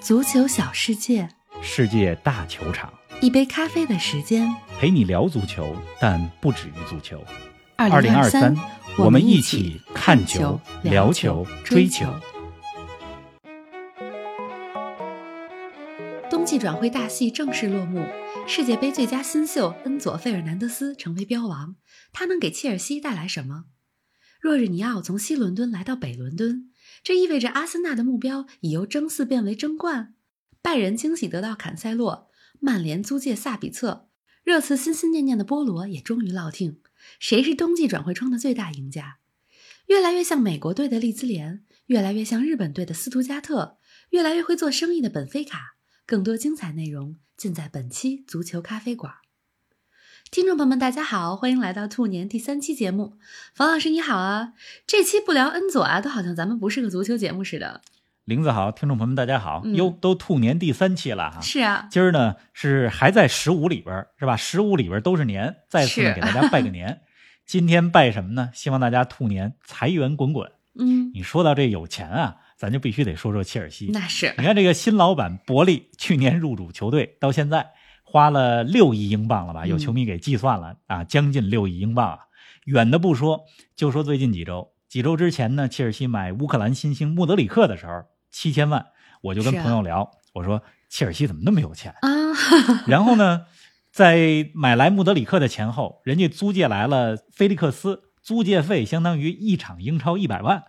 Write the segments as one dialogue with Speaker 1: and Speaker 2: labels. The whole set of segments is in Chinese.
Speaker 1: 足球小世界，
Speaker 2: 世界大球场，
Speaker 1: 一杯咖啡的时间。
Speaker 2: 陪你聊足球，但不止于足球。
Speaker 1: 二零
Speaker 2: 二
Speaker 1: 三，
Speaker 2: 我
Speaker 1: 们
Speaker 2: 们
Speaker 1: 一
Speaker 2: 一起看球、聊球、追球。
Speaker 1: 冬季转会大戏正式落幕，世界杯最佳新秀恩佐·费尔南德斯成为标王。他能给切尔西带来什么？若日尼奥从西伦敦来到北伦敦，这意味着阿森纳的目标已由争四变为争冠。拜仁惊喜得到坎塞洛，曼联租借萨比策，热刺心心念念的波罗也终于落听。谁是冬季转会窗的最大赢家？越来越像美国队的利兹联，越来越像日本队的斯图加特，越来越会做生意的本菲卡。更多精彩内容尽在本期足球咖啡馆。听众朋友们，大家好，欢迎来到兔年第三期节目。冯老师你好啊，这期不聊恩佐啊，都好像咱们不是个足球节目似的。
Speaker 2: 林子好，听众朋友们，大家好！
Speaker 1: 嗯
Speaker 2: 哟，都兔年第三期了哈、
Speaker 1: 是啊，
Speaker 2: 今儿呢是还在十五里边儿是吧？十五里边儿都是年，再次呢
Speaker 1: 是
Speaker 2: 给大家拜个年。今天拜什么呢？希望大家兔年财源滚滚。
Speaker 1: 嗯，
Speaker 2: 你说到这有钱啊，咱就必须得说说切尔西。
Speaker 1: 那是
Speaker 2: 你看哎这个新老板伯利去年入主球队到现在花了六亿英镑了吧？
Speaker 1: 嗯
Speaker 2: 有球迷给计算了啊，将近六亿英镑啊。远的不说，就说最近几周，几周之前呢，切尔西买乌克兰新星穆德里克的时候，七千万，我就跟
Speaker 1: 是啊
Speaker 2: 朋友聊，我说切尔西怎么那么有钱？
Speaker 1: 啊，
Speaker 2: 然后呢，在买来穆德里克的前后，人家租借来了菲利克斯，租借费相当于一场英超一百万。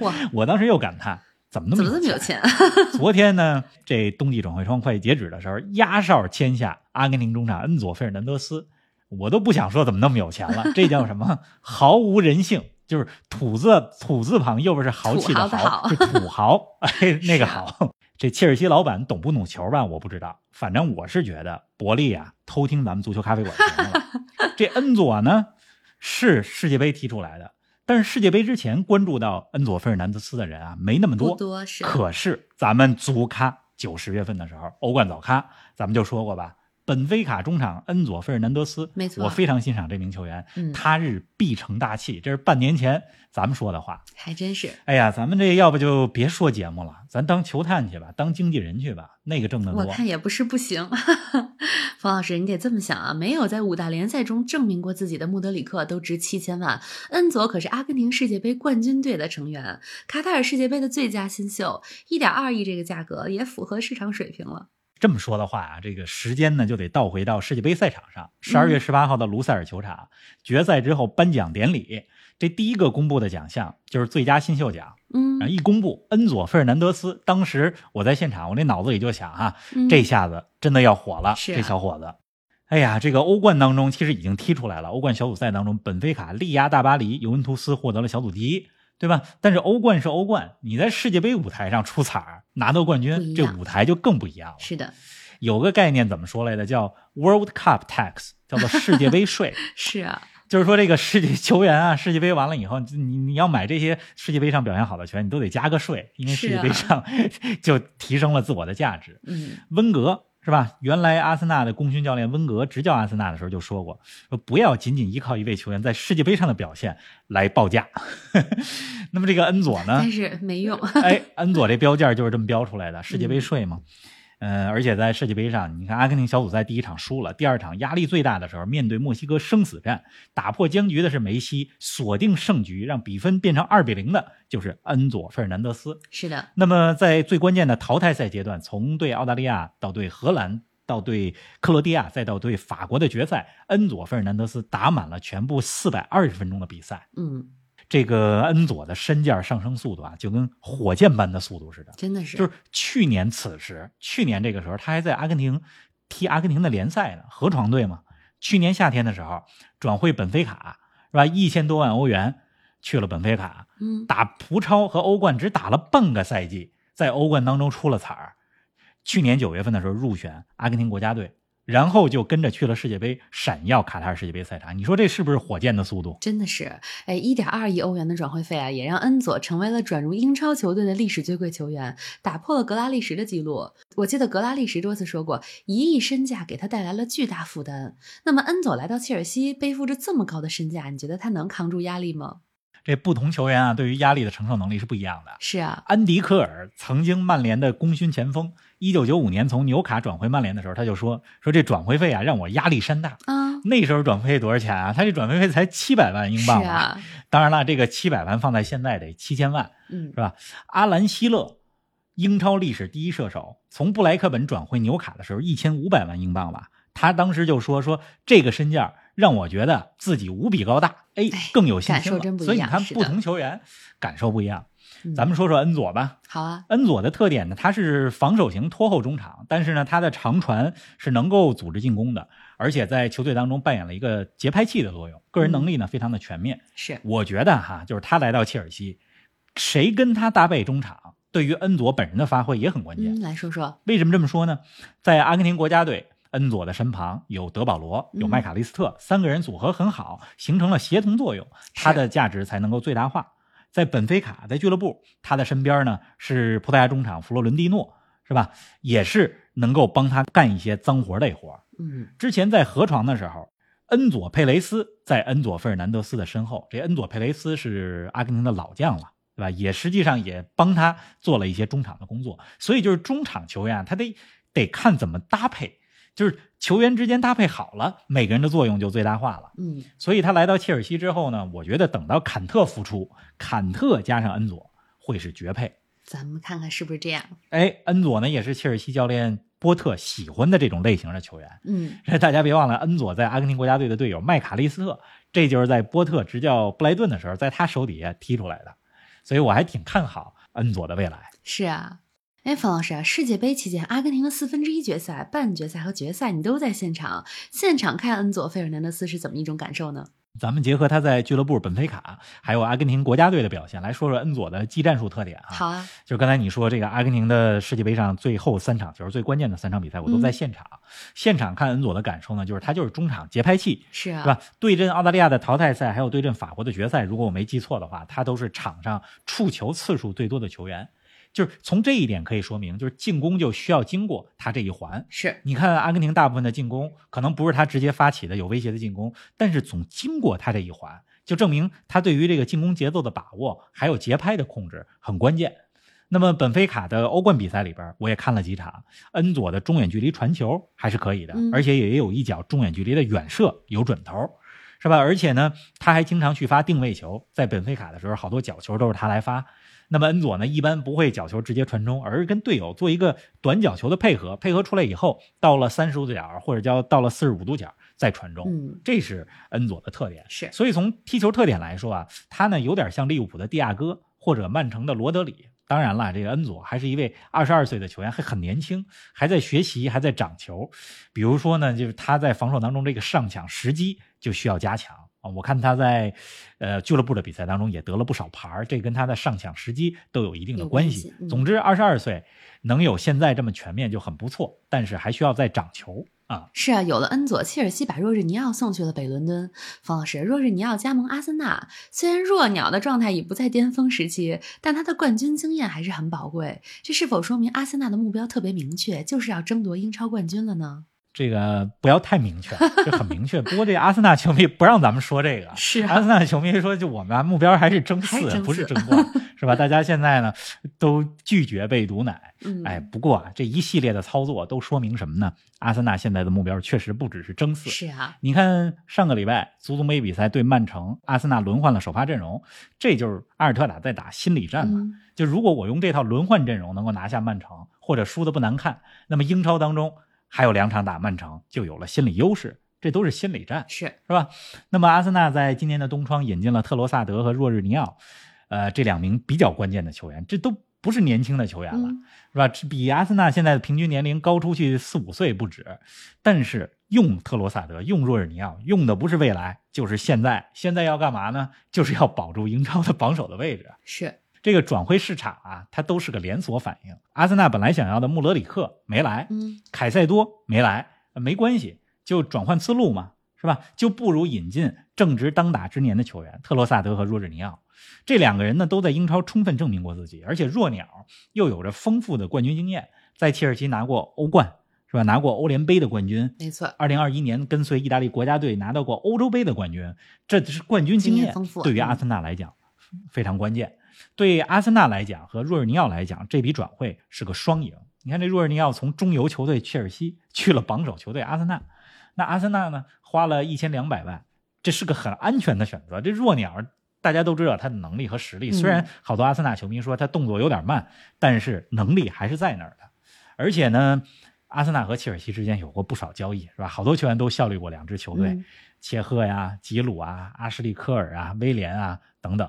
Speaker 1: 哇，
Speaker 2: 我当时又感叹， 怎么那
Speaker 1: 怎
Speaker 2: 么
Speaker 1: 么这么有
Speaker 2: 有啊
Speaker 1: 钱？
Speaker 2: 昨天呢，这冬季转会窗快截止的时候，压哨签下阿根廷中场恩佐·费尔南德斯，我都不想说怎么那么有钱 了，这叫什么？毫无人性，就是土字土字旁，右边是豪气
Speaker 1: 土豪的
Speaker 2: 豪，
Speaker 1: 豪
Speaker 2: 是土豪， 哎，那
Speaker 1: 是
Speaker 2: 个
Speaker 1: 啊
Speaker 2: 豪。这切尔西老板懂不懂球吧？我不知道，反正我是觉得伯利啊偷听咱们足球咖啡馆节 目了。这恩佐呢是世界杯踢出来的，但是世界杯之前关注到恩佐·费尔南德斯的人啊没那 么
Speaker 1: 不多是
Speaker 2: 可是咱们足咖九十月份的时候，欧冠早咖咱们就说过吧，本菲卡中场恩佐·费尔南德斯，
Speaker 1: 没错
Speaker 2: 我非常欣赏这名球员，
Speaker 1: 嗯，
Speaker 2: 他日必成大器，这是半年前咱们说的话。
Speaker 1: 还真是，
Speaker 2: 哎呀，咱们这要不就别说节目了，咱当球探去吧，当经纪人去吧，那个挣得
Speaker 1: 我
Speaker 2: 多。
Speaker 1: 看也不是不行。冯老师，你得这么想啊，没有在五大联赛中证明过自己的穆德里克都值七千万，恩佐可是阿根廷世界杯冠军队的成员，卡塔尔世界杯的最佳新秀，一点二亿这个价格也符合市场水平了。
Speaker 2: 这么说的话啊，这个时间呢就得倒回到世界杯赛场上，十
Speaker 1: 嗯
Speaker 2: 二月十八号的卢塞尔球场、决赛之后颁奖典礼，这第一个公布的奖项就是最佳新秀
Speaker 1: 嗯
Speaker 2: 奖。啊然后，一公布，恩佐·费尔南德斯，当时我在现场，我那脑子里就想啊，
Speaker 1: 嗯
Speaker 2: 这下子真的要火了，
Speaker 1: 是啊
Speaker 2: 这小伙子。哎呀，这个欧冠当中其实已经踢出来了，欧冠小组赛当中，本菲卡力压大巴黎，尤文图斯获得了小组第一，对吧？但是欧冠是欧冠，你在世界杯舞台上出彩儿，拿到冠
Speaker 1: 不一
Speaker 2: 军，这
Speaker 1: 样
Speaker 2: 舞台就更不一样了。
Speaker 1: 是的，
Speaker 2: 有个概念怎么说来的，叫 World Cup Tax，叫做世界杯税。
Speaker 1: 是啊，
Speaker 2: 就是说这个世界球员啊，世界杯完了以后，你你要买这些世界杯上表现好的球员，你都得加个税，因为世界杯上就提升了自我的价值。
Speaker 1: 嗯，
Speaker 2: 温格是吧？原来阿森纳的功勋教练温格执教阿森纳的时候就说过，说不要仅仅依靠一位球员在世界杯上的表现来报价。 那么这个恩佐呢？
Speaker 1: 但是没用。
Speaker 2: 哎，恩佐这标价就是这么标出来的，世界杯税嘛。嗯、而且在世界杯上，你看阿根廷小组赛第一场输了，第二场压力最大的时候，面对墨西哥生死战，打破僵局的是梅西，锁定胜局，让比分变成二比零的，就是恩佐·费尔南德斯。
Speaker 1: 是的，
Speaker 2: 那么在最关键的淘汰赛阶段，从对澳大利亚到对荷兰。到对克罗地亚，再到对法国的决赛，恩佐·费尔南德斯打满了全部四百二十分钟的比赛。
Speaker 1: 嗯，
Speaker 2: 这个恩佐的身价上升速度啊，就跟火箭般的速度似的。
Speaker 1: 真的是，
Speaker 2: 就是去年此时，去年这个时候，他还在阿根廷踢阿根廷的联赛呢，河床队嘛。去年夏天的时候，转会本菲卡是吧？一千多万欧元去了本菲卡，
Speaker 1: 嗯，
Speaker 2: 打葡超和欧冠只打了半个赛季，在欧冠当中出了彩儿。去年九月份的时候入选阿根廷国家队，然后就跟着去了世界杯，闪耀卡塔尔世界杯赛场。你说这是不是火箭的速度？
Speaker 1: 真的是，哎，一点二亿欧元的转会费啊，也让恩佐成为了转入英超球队的历史最贵球员，打破了格拉利什的记录。我记得格拉利什多次说过，一亿身价给他带来了巨大负担。那么恩佐来到切尔西，背负着这么高的身价，你觉得他能扛住压力吗？
Speaker 2: 这不同球员啊，对于压力的承受能力是不一样的。
Speaker 1: 是啊，
Speaker 2: 安迪科尔曾经曼联的功勋前锋，一九九五年从纽卡转回曼联的时候，他就说说这转会费啊让我压力山大。
Speaker 1: 嗯，
Speaker 2: 那时候转会费多少钱啊？他这转会费才七百万英
Speaker 1: 是
Speaker 2: 镑
Speaker 1: 啊，
Speaker 2: 当然了，这个七百万放在现在得七千万。
Speaker 1: 嗯
Speaker 2: 是吧？阿兰·希勒，英超历史第一射手，从布莱克本转会纽卡的时候，一千五百万英镑吧。他当时就说说这个身价让我觉得自己无比高大，哎
Speaker 1: 哎，
Speaker 2: 更有信
Speaker 1: 感
Speaker 2: 心
Speaker 1: 受
Speaker 2: 了。
Speaker 1: 真不一
Speaker 2: 所以你
Speaker 1: 样
Speaker 2: 看，
Speaker 1: 是
Speaker 2: 不
Speaker 1: 的
Speaker 2: 同球员感受不一样。
Speaker 1: 嗯
Speaker 2: 咱们说说恩佐吧。
Speaker 1: 好啊，
Speaker 2: 恩佐的特点呢，他是防守型拖后中场，但是呢，他的长传是能够组织进攻的，而且在球队当中扮演了一个节拍器的作用，个人能力呢非常的全面。
Speaker 1: 是
Speaker 2: 我觉得哈，就是他来到切尔西，谁跟他搭配中场，对于恩佐本人的发挥也很关键。
Speaker 1: 嗯，来说说，
Speaker 2: 为什么这么说呢？在阿根廷国家队，恩佐的身旁有德保罗，有麦卡利斯特，三个人组合很好，形成了协同作用，他的价值才能够最大化。在本菲卡，在俱乐部，他的身边呢是葡萄牙中场弗洛伦蒂诺，是吧？也是能够帮他干一些脏活累活。
Speaker 1: 嗯
Speaker 2: 之前在河床的时候，恩佐佩雷斯在恩佐费尔南德斯的身后。这恩佐佩雷斯是阿根廷的老将了，对吧？也实际上也帮他做了一些中场的工作。所以就是中场球员啊，他得得看怎么搭配，就是球员之间搭配好了，每个人的作用就最大化了。
Speaker 1: 嗯，
Speaker 2: 所以他来到切尔西之后呢，我觉得等到坎特复出，坎特加上恩佐会是绝配。
Speaker 1: 咱们看看是不是这样？
Speaker 2: 哎，恩佐呢也是切尔西教练波特喜欢的这种类型的球员。
Speaker 1: 嗯，
Speaker 2: 这大家别忘了，恩佐在阿根廷国家队的队友麦卡利斯特，这就是在波特执教布莱顿的时候，在他手底下踢出来的，所以我还挺看好恩佐的未来。
Speaker 1: 是啊。哎，冯老师啊，世界杯期间，阿根廷的四分之一决赛、半决赛和决赛你都在现场，现场看恩佐·费尔南德斯是怎么一种感受呢？
Speaker 2: 咱们结合他在俱乐部本菲卡还有阿根廷国家队的表现，来说说恩佐的技战术特点啊。
Speaker 1: 好啊，
Speaker 2: 就刚才你说这个阿根廷的世界杯上最后三场球最关键的三场比赛，我都在现场，现场看恩佐的感受呢，就是他就是中场节拍器，
Speaker 1: 是
Speaker 2: 是
Speaker 1: 啊，
Speaker 2: 吧？对阵澳大利亚的淘汰赛，还有对阵法国的决赛，如果我没记错的话，他都是场上触球次数最多的球员。就是从这一点可以说明，就是进攻就需要经过他这一环。
Speaker 1: 是，
Speaker 2: 你看阿根廷大部分的进攻，可能不是他直接发起的有威胁的进攻，但是总经过他这一环，就证明他对于这个进攻节奏的把握，还有节拍的控制很关键。那么本菲卡的欧冠比赛里边，我也看了几场，恩佐的中远距离传球还是可以的，
Speaker 1: 嗯
Speaker 2: 而且也有一脚中远距离的远射有准头，是吧？而且呢，他还经常去发定位球，在本菲卡的时候，好多角球都是他来发。那么恩佐呢，一般不会角球直接传中，而是跟队友做一个短角球的配合，配合出来以后，到了三十度角或者叫到了四十五度角再传中，
Speaker 1: 嗯，
Speaker 2: 这是恩佐的特点。
Speaker 1: 是，
Speaker 2: 所以从踢球特点来说啊，他呢有点像利物浦的蒂亚戈或者曼城的罗德里。当然了，这个恩佐还是一位二十二岁的球员，还很年轻，还在学习，还在长球。比如说呢，就是他在防守当中这个上抢时机就需要加强啊。我看他在呃俱乐部的比赛当中也得了不少牌儿，这跟他的上抢时机都有一定的
Speaker 1: 有
Speaker 2: 关
Speaker 1: 关
Speaker 2: 系
Speaker 1: 系。嗯
Speaker 2: 总之，二十二岁能有现在这么全面就很不错，但是还需要再长球啊。
Speaker 1: 是啊，有了恩佐，切尔西把若日尼奥送去了北伦敦。方老师，若日尼奥加盟阿森纳，虽然弱鸟的状态已不在巅峰时期，但他的冠军经验还是很宝贵。这是否说明阿森纳的目标特别明确，就是要争夺英超冠军了呢？
Speaker 2: 这个不要太明确， 这很明确。不过这阿森纳球迷不让咱们说这个，
Speaker 1: 是啊
Speaker 2: 阿森纳球迷说，就我们啊目标还是争
Speaker 1: 还
Speaker 2: 四
Speaker 1: 是，争
Speaker 2: 不是
Speaker 1: 四
Speaker 2: 争冠， 是吧？大家现在呢都拒绝被毒奶。
Speaker 1: 嗯，
Speaker 2: 哎，，不过啊，这一系列的操作都说明什么呢？阿森纳现在的目标确实不只是争四。
Speaker 1: 是啊，
Speaker 2: 你看上个礼拜足总杯比赛对曼城，阿森纳轮换了首发阵容，这就是阿尔特塔在打心理战嘛。
Speaker 1: 嗯，
Speaker 2: 就如果我用这套轮换阵容能够拿下曼城，或者输的不难看，那么英超当中还有两场打曼城，就有了心理优势，这都是心理战，
Speaker 1: 是，
Speaker 2: 是吧？那么阿森纳在今年的冬窗引进了特罗萨德和若日尼奥，呃，这两名比较关键的球员，这都不是年轻的球员了，
Speaker 1: 嗯，
Speaker 2: 是吧？这比阿森纳现在的平均年龄高出去四五岁不止，但是。用特罗萨德，用若日尼奥，用的不是未来，就是现在。现在要干嘛呢？就是要保住英超的榜首的位置。
Speaker 1: 是，
Speaker 2: 这个转会市场啊，它都是个连锁反应。阿森纳本来想要的穆勒里克没来，
Speaker 1: 嗯，
Speaker 2: 凯塞多没来，呃没关系，就转换思路嘛，是吧？就不如引进正值当打之年的球员特罗萨德和若日尼奥。这两个人呢，都在英超充分证明过自己，而且弱鸟又有着丰富的冠军经验，在切尔西拿过欧冠，是吧？拿过欧联杯的冠军。
Speaker 1: 没错，
Speaker 2: 二零二一年跟随意大利国家队拿到过欧洲杯的冠军，这是冠军经
Speaker 1: 经验
Speaker 2: 验
Speaker 1: 丰富
Speaker 2: 对于阿
Speaker 1: 嗯
Speaker 2: 森纳来讲非常关键。对阿森纳来讲和若日尼奥来讲，这笔转会是个双赢。你看，这若日尼奥从中游球队切尔西去了榜首球队阿森纳，那阿森纳呢花了一千两百万，这是个很安全的选择。这弱鸟大家都知道他的能力和实力，
Speaker 1: 嗯
Speaker 2: 虽然好多阿森纳球迷说他动作有点慢，但是能力还是在那儿的。而且呢，阿森纳和切尔西之间有过不少交易，是吧？好多球员都效力过两支球队，
Speaker 1: 嗯
Speaker 2: 切赫呀、吉鲁啊、阿什利科尔啊、威廉啊等等。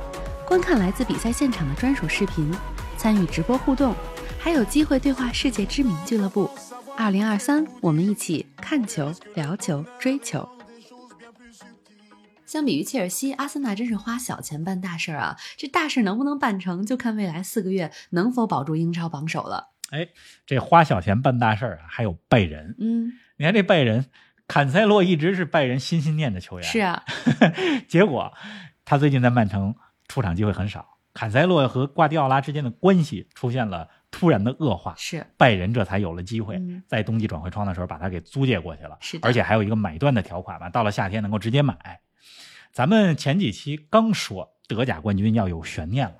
Speaker 1: 观看来自比赛现场的专属视频，参与直播互动，还有机会对话世界知名俱乐部。二零二三，我们一起看球、聊球、追球。相比于切尔西，阿森纳真是花小钱办大事儿啊！这大事能不能办成，就看未来四个月能否保住英超榜首了。
Speaker 2: 这花小钱办大事儿啊，还有拜仁。
Speaker 1: 嗯，
Speaker 2: 你看这拜仁，坎塞洛一直是拜仁心心念的球员，
Speaker 1: 是啊，
Speaker 2: 结果他最近在曼城出场机会很少，坎塞洛和瓜迪奥拉之间的关系出现了突然的恶化，
Speaker 1: 是
Speaker 2: 拜仁这才有了机会
Speaker 1: 嗯
Speaker 2: 在冬季转会窗的时候把他给租借过去了，
Speaker 1: 是的
Speaker 2: 而且还有一个买断的条款嘛，到了夏天能够直接买。咱们前几期刚说德甲冠军要有悬念了，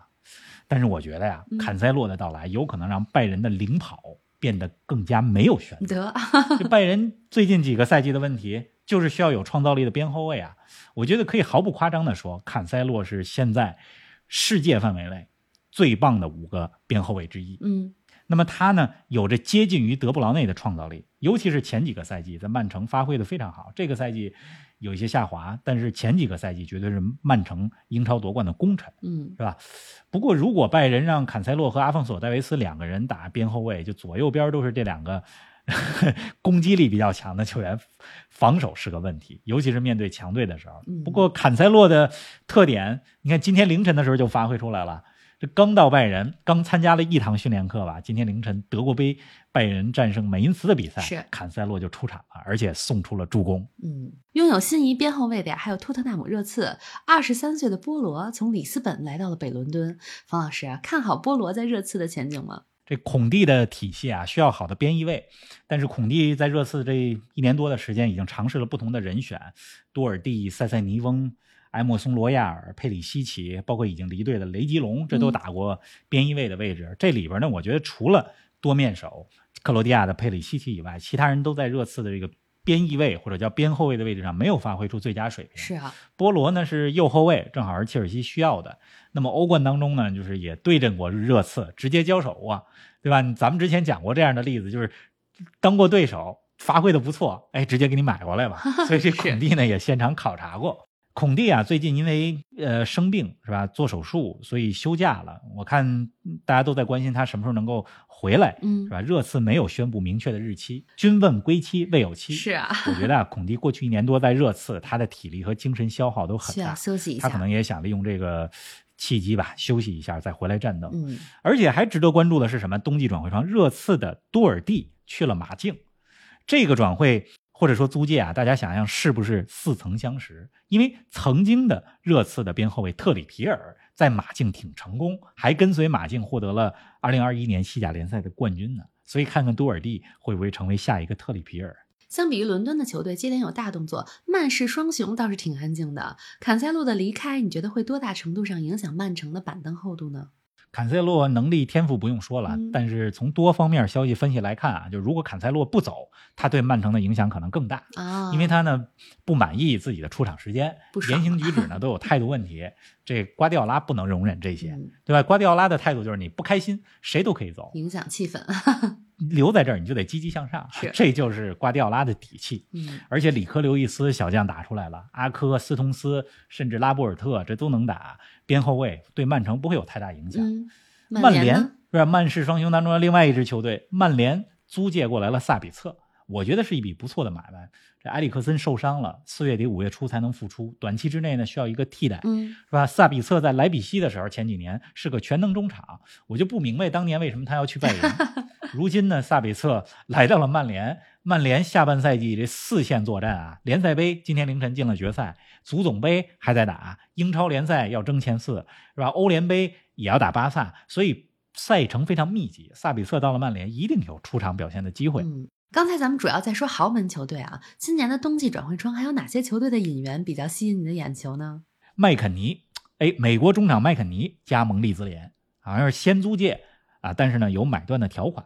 Speaker 2: 但是我觉得呀
Speaker 1: 嗯，
Speaker 2: 坎塞洛的到来有可能让拜仁的领跑变得更加没有悬 念。
Speaker 1: 得，
Speaker 2: 这拜仁最近几个赛季的问题，就是需要有创造力的边后卫啊。我觉得可以毫不夸张的说，坎塞洛是现在世界范围内最棒的五个边后卫之一。
Speaker 1: 嗯
Speaker 2: 那么他呢，有着接近于德布劳内的创造力，尤其是前几个赛季在曼城发挥的非常好。这个赛季有一些下滑，但是前几个赛季绝对是曼城英超夺冠的功臣。
Speaker 1: 嗯，
Speaker 2: 是吧？不过如果拜仁让坎塞洛和阿方索戴维斯两个人打边后卫，就左右边都是这两个 攻击力比较强的球员，防守是个问题，尤其是面对强队的时候
Speaker 1: 嗯。
Speaker 2: 不过坎塞洛的特点，你看今天凌晨的时候就发挥出来了。这刚到拜仁，刚参加了一堂训练课吧。今天凌晨德国杯拜仁战胜美因茨的比赛，
Speaker 1: 是
Speaker 2: 坎塞洛就出场了，而且送出了助攻。
Speaker 1: 嗯，拥有心仪边后卫的呀，还有托特纳姆热刺二十三岁的波罗，从里斯本来到了北伦敦。冯老师啊，看好波罗在热刺的前景吗？
Speaker 2: 这孔蒂的体系啊，需要好的边翼位，但是孔蒂在热刺这一年多的时间，已经尝试了不同的人选，多尔蒂、塞塞尼翁、埃莫松罗亚尔、佩里西奇，包括已经离队的雷吉隆，这
Speaker 1: 嗯
Speaker 2: 都打过边翼位的位置。这里边呢，我觉得除了多面手克罗地亚的佩里西奇以外，其他人都在热刺的这个边翼位或者叫边后卫的位置上没有发挥出最佳水平。
Speaker 1: 是啊，
Speaker 2: 波罗呢是右后卫，正好是切尔西需要的。那么欧冠当中呢，就是也对阵过热刺，直接交手过，对吧？咱们之前讲过这样的例子，就是当过对手，发挥的不错，哎，直接给你买过来吧。所以这孔蒂呢也现场考察过。孔蒂啊，最近因为呃生病是吧，做手术，所以休假了。我看大家都在关心他什么时候能够回来，
Speaker 1: 嗯
Speaker 2: 是，吧？热刺没有宣布明确的日期，均问归期未有期。
Speaker 1: 是啊，
Speaker 2: 我觉得啊，孔蒂过去一年多在热刺，他的体力和精神消耗都很
Speaker 1: 需要
Speaker 2: 大，
Speaker 1: 休息一
Speaker 2: 他可
Speaker 1: 下。
Speaker 2: 能也想利用这个契机吧，休息一下再回来战斗。
Speaker 1: 嗯，
Speaker 2: 而且还值得关注的是什么？冬季转会窗，热刺的多尔蒂去了马竞，这个转会或者说租借啊，大家想想是不是似曾相识？因为曾经的热刺的边后卫特里皮尔在马竞挺成功，还跟随马竞获得了2021年西甲联赛的冠军呢。所以看看多尔蒂会不会成为下一个特里皮尔。
Speaker 1: 相比于伦敦的球队接连有大动作，曼市双雄倒是挺安静的。坎塞洛的离开，你觉得会多大程度上影响曼城的板凳厚度呢？
Speaker 2: 坎塞洛能力天赋不用说了，
Speaker 1: 嗯
Speaker 2: 但是从多方面消息分析来看啊，就如果坎塞洛不走，他对曼城的影响可能更大，
Speaker 1: 啊，
Speaker 2: 因为他呢不满意自己的出场时间
Speaker 1: 不，爽
Speaker 2: 言行举止呢都有态度问 题，这瓜迪奥拉不能容忍这些，
Speaker 1: 嗯、
Speaker 2: 对吧？瓜迪奥拉的态度就是你不开心，谁都可以走，
Speaker 1: 影响气氛。啊
Speaker 2: 留在这儿你就得积极向上
Speaker 1: 是，
Speaker 2: 这就是瓜迪奥拉的底气。
Speaker 1: 嗯
Speaker 2: 而且里科刘易斯小将打出来了，阿科、斯通斯甚至拉波尔特这都能打，边后卫对曼城不会有太 大影响。
Speaker 1: 嗯，
Speaker 2: 曼
Speaker 1: 联
Speaker 2: 联
Speaker 1: 呢
Speaker 2: 是吧？曼市双雄当中的另外一支球队，曼联租借过来了萨比策。我觉得是一笔不错的买卖。这埃里克森受伤了，四月底五月初才能复出，短期之内呢需要一个替代，
Speaker 1: 嗯
Speaker 2: 是吧？萨比策在莱比锡的时候，前几年是个全能中场，我就不明白当年为什么他要去拜仁。如今呢，萨比策来到了曼联，曼联下半赛季这四线作战啊，联赛杯今天凌晨进了决赛，足总杯还在打，英超联赛要争前四，是吧？欧联杯也要打巴萨，所以赛程非常密集。萨比策到了曼联，一定有出场表现的机会。
Speaker 1: 嗯。刚才咱们主要在说豪门球队啊，今年的冬季转会窗还有哪些球队的引援比较吸引你的眼球 呢？
Speaker 2: 麦肯尼，哎，美国中场麦肯尼加盟利兹联，好像是先租借啊，但是呢有买断的条款。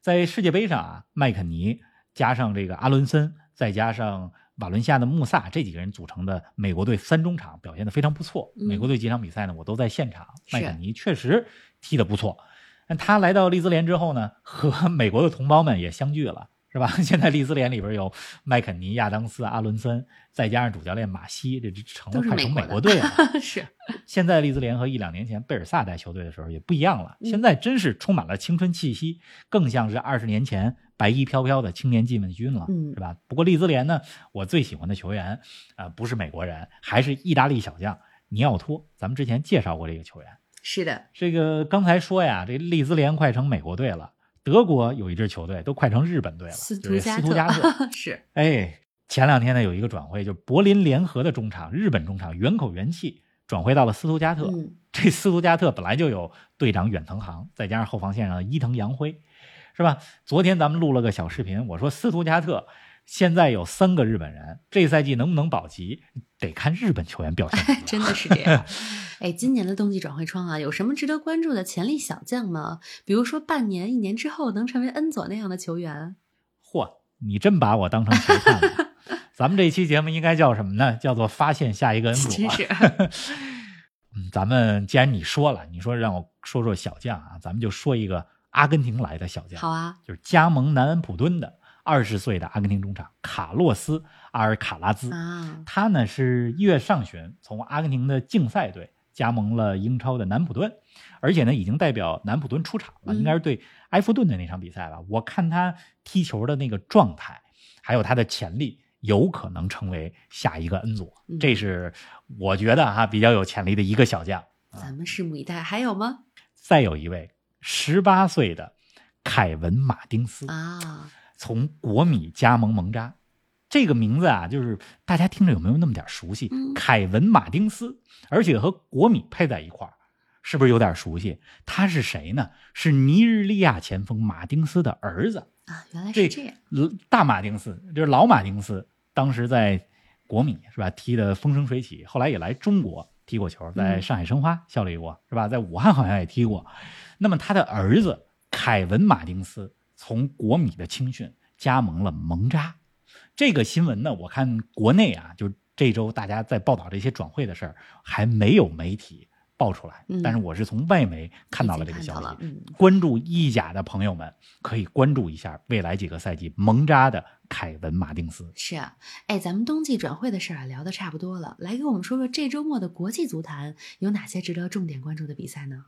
Speaker 2: 在世界杯上啊，麦肯尼加上这个阿伦森，再加上瓦伦西亚的穆萨这几个人组成的美国队三中场，表现的非常不错。
Speaker 1: 嗯
Speaker 2: 美国队几场比赛呢，我都在现场，
Speaker 1: 是
Speaker 2: 麦肯尼确实踢得不错。但他来到利兹联之后呢，和美国的同胞们也相聚了。是吧？ 现在利兹联里边有麦肯尼、亚当斯、阿伦森，再加上主教练马西，这这成了
Speaker 1: 都是
Speaker 2: 快
Speaker 1: 美
Speaker 2: 成
Speaker 1: 国
Speaker 2: 美
Speaker 1: 的
Speaker 2: 国队了。
Speaker 1: 是，
Speaker 2: 现在利兹联和一两年前贝尔萨带球队的时候也不一样了，
Speaker 1: 嗯
Speaker 2: 现在真是充满了青春气息，更像是二十年前白衣飘飘的青年进卫军了，
Speaker 1: 嗯
Speaker 2: 是吧？不过利兹联呢，我最喜欢的球员啊、呃不是美国人，还是意大利小将尼奥托，咱们之前介绍过这个球员。
Speaker 1: 是 的，
Speaker 2: 这个刚才说呀，这利兹联快成美国队了，德国有一支球队都快成日本队了，
Speaker 1: 斯
Speaker 2: 就是
Speaker 1: 加
Speaker 2: 斯图加特。
Speaker 1: 是，
Speaker 2: 哎，前两天呢有一个转会，就是柏林联合的中场，日本中场远口元气转会到了斯图加特。
Speaker 1: 嗯
Speaker 2: 这斯图加特本来就有队长远藤航，再加上后防线上的伊藤洋辉，是吧？昨天咱们录了个小视频，我说斯图加特现在有三个日本人，这赛季能不能保级，得看日本球员表现怎么样。
Speaker 1: 真的是这样。哎，今年的冬季转会窗啊，有什么值得关注的潜力小将吗？比如说半年、一年之后能成为恩佐那样的球员？
Speaker 2: 嚯，你真把我当成球探了。咱们这期节目应该叫什么呢？叫做发现下一个 恩佐
Speaker 1: 真。是，
Speaker 2: 嗯，咱们既然你说了，你说让我说说小将啊，咱们就说一个阿根廷来的小将，
Speaker 1: 好啊，
Speaker 2: 就是加盟南安普敦的二十岁的阿根廷中场卡洛斯·阿尔卡拉兹。
Speaker 1: 啊，
Speaker 2: 他呢是一月上旬从阿根廷的竞赛队加盟了英超的南普敦，而且呢已经代表南普敦出场了，
Speaker 1: 嗯
Speaker 2: 应该是对埃弗顿的那场比赛吧。我看他踢球的那个状态，还有他的潜力，有可能成为下一个恩佐
Speaker 1: 嗯。
Speaker 2: 这是我觉得哈、比较有潜力的一个小将。
Speaker 1: 咱们拭目以待。还有吗？
Speaker 2: 再有一位十八岁的凯文·马丁斯，
Speaker 1: 啊，
Speaker 2: 从国米加盟蒙扎。这个名字啊，就是大家听着有没有那么点熟悉？
Speaker 1: 嗯
Speaker 2: 凯文·马丁斯，而且和国米配在一块儿，是不是有点熟悉？他是谁呢？是尼日利亚前锋马丁斯的儿子，
Speaker 1: 啊，原来是
Speaker 2: 这
Speaker 1: 这样。
Speaker 2: 呃大马丁斯，就是老马丁斯，当时在国米是吧，踢得风生水起，后来也来中国踢过球，在上海申花效力过是吧，在武汉好像也踢过。那么他的儿子凯文·马丁斯从国米的青训加盟了蒙扎。这个新闻呢，我看国内啊，就这周大家在报道这些转会的事儿，还没有媒体报出来
Speaker 1: 嗯，
Speaker 2: 但是我是从外媒看到了
Speaker 1: 已
Speaker 2: 这
Speaker 1: 经
Speaker 2: 个
Speaker 1: 看
Speaker 2: 消
Speaker 1: 到
Speaker 2: 息
Speaker 1: 了。嗯，
Speaker 2: 关注意甲的朋友们可以关注一下未来几个赛季蒙扎的凯文·马丁斯。
Speaker 1: 是啊，哎，咱们冬季转会的事儿啊，聊得差不多了，来给我们说说这周末的国际足坛有哪些值得重点关注的比赛呢？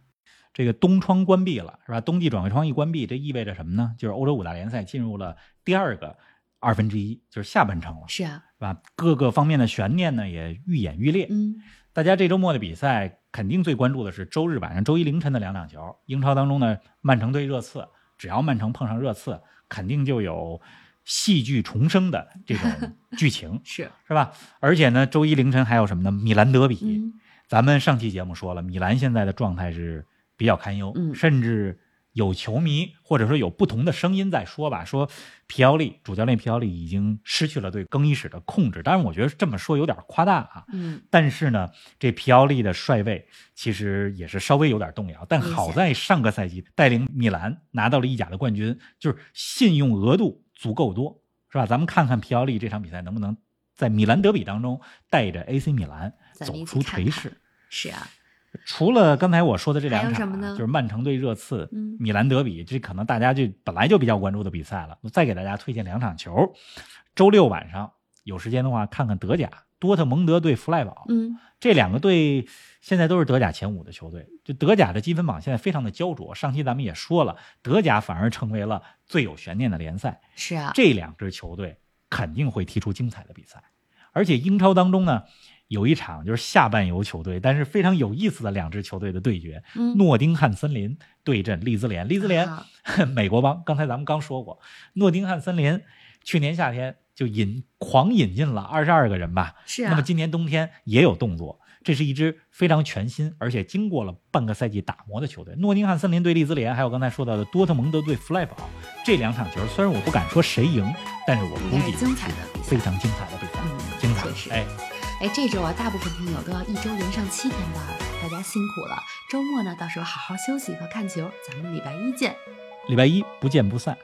Speaker 2: 这个冬窗关闭了，是吧？冬季转会窗一关闭，这意味着什么呢？就是欧洲五大联赛进入了第二个二分之一，就是下半程了，
Speaker 1: 是啊，
Speaker 2: 是吧？各个方面的悬念呢也愈演愈烈。
Speaker 1: 嗯，
Speaker 2: 大家这周末的比赛肯定最关注的是周日晚上、周一凌晨的两场球。英超当中呢，曼城对热刺，只要曼城碰上热刺，肯定就有戏剧重生的这种剧情。
Speaker 1: 是，啊
Speaker 2: 是吧？而且呢，周一凌晨还有什么呢？米兰德比，
Speaker 1: 嗯，
Speaker 2: 咱们上期节目说了，米兰现在的状态是比较堪忧，
Speaker 1: 嗯
Speaker 2: 甚至有球迷或者说有不同的声音在说吧，说皮奥利主教练皮奥利已经失去了对更衣室的控制。当然，我觉得这么说有点夸大啊。
Speaker 1: 嗯，
Speaker 2: 但是呢，这皮奥利的帅位其实也是稍微有点动摇，但
Speaker 1: 明显
Speaker 2: 好在上个赛季带领米兰拿到了意甲的冠军，就是信用额度足够多，是吧？咱们看看皮奥利这场比赛能不能在米兰德比当中带着 AC 米兰
Speaker 1: 咱们
Speaker 2: 走
Speaker 1: 一
Speaker 2: 出
Speaker 1: 起看
Speaker 2: 颓
Speaker 1: 看
Speaker 2: 势。。
Speaker 1: 是啊，
Speaker 2: 除了刚才我说的这两
Speaker 1: 还有
Speaker 2: 场啊、
Speaker 1: 什么呢
Speaker 2: 就是曼城对热刺、
Speaker 1: 嗯
Speaker 2: 米兰德比，这可能大家就本来就比较关注的比赛了。我再给大家推荐两场球，周六晚上有时间的话看看德甲，多特蒙德对弗赖堡，
Speaker 1: 嗯
Speaker 2: 这两个队现在都是德甲前五的球队。就德甲的积分榜现在非常的焦灼，上期咱们也说了，德甲反而成为了最有悬念的联赛。
Speaker 1: 是啊，
Speaker 2: 这两支球队肯定会踢出精彩的比赛。而且英超当中呢，有一场就是下半游球队，但是非常有意思的两支球队的对决，
Speaker 1: 嗯
Speaker 2: 诺丁汉森林对阵利兹联。利兹联、
Speaker 1: 啊
Speaker 2: 美国帮，刚才咱们刚说过，诺丁汉森林去年夏天就引狂引进了二十二个人吧，
Speaker 1: 是啊，
Speaker 2: 那么今年冬天也有动作，这是一支非常全新，而且经过了半个赛季打磨的球队。诺丁汉森林对利兹联，还有刚才说到的多特蒙德对弗赖堡这两场球，虽然我不敢说谁赢，但是我估
Speaker 1: 应该
Speaker 2: 计
Speaker 1: 是精彩的比赛
Speaker 2: 非常精彩的比赛，
Speaker 1: 嗯
Speaker 2: 精彩
Speaker 1: 确实，
Speaker 2: 哎，
Speaker 1: 哎，这周啊，大部分听友都要一周连上七天班儿，大家辛苦了。周末呢，到时候好好休息和看球，咱们礼拜一见。
Speaker 2: 礼拜一不见不散。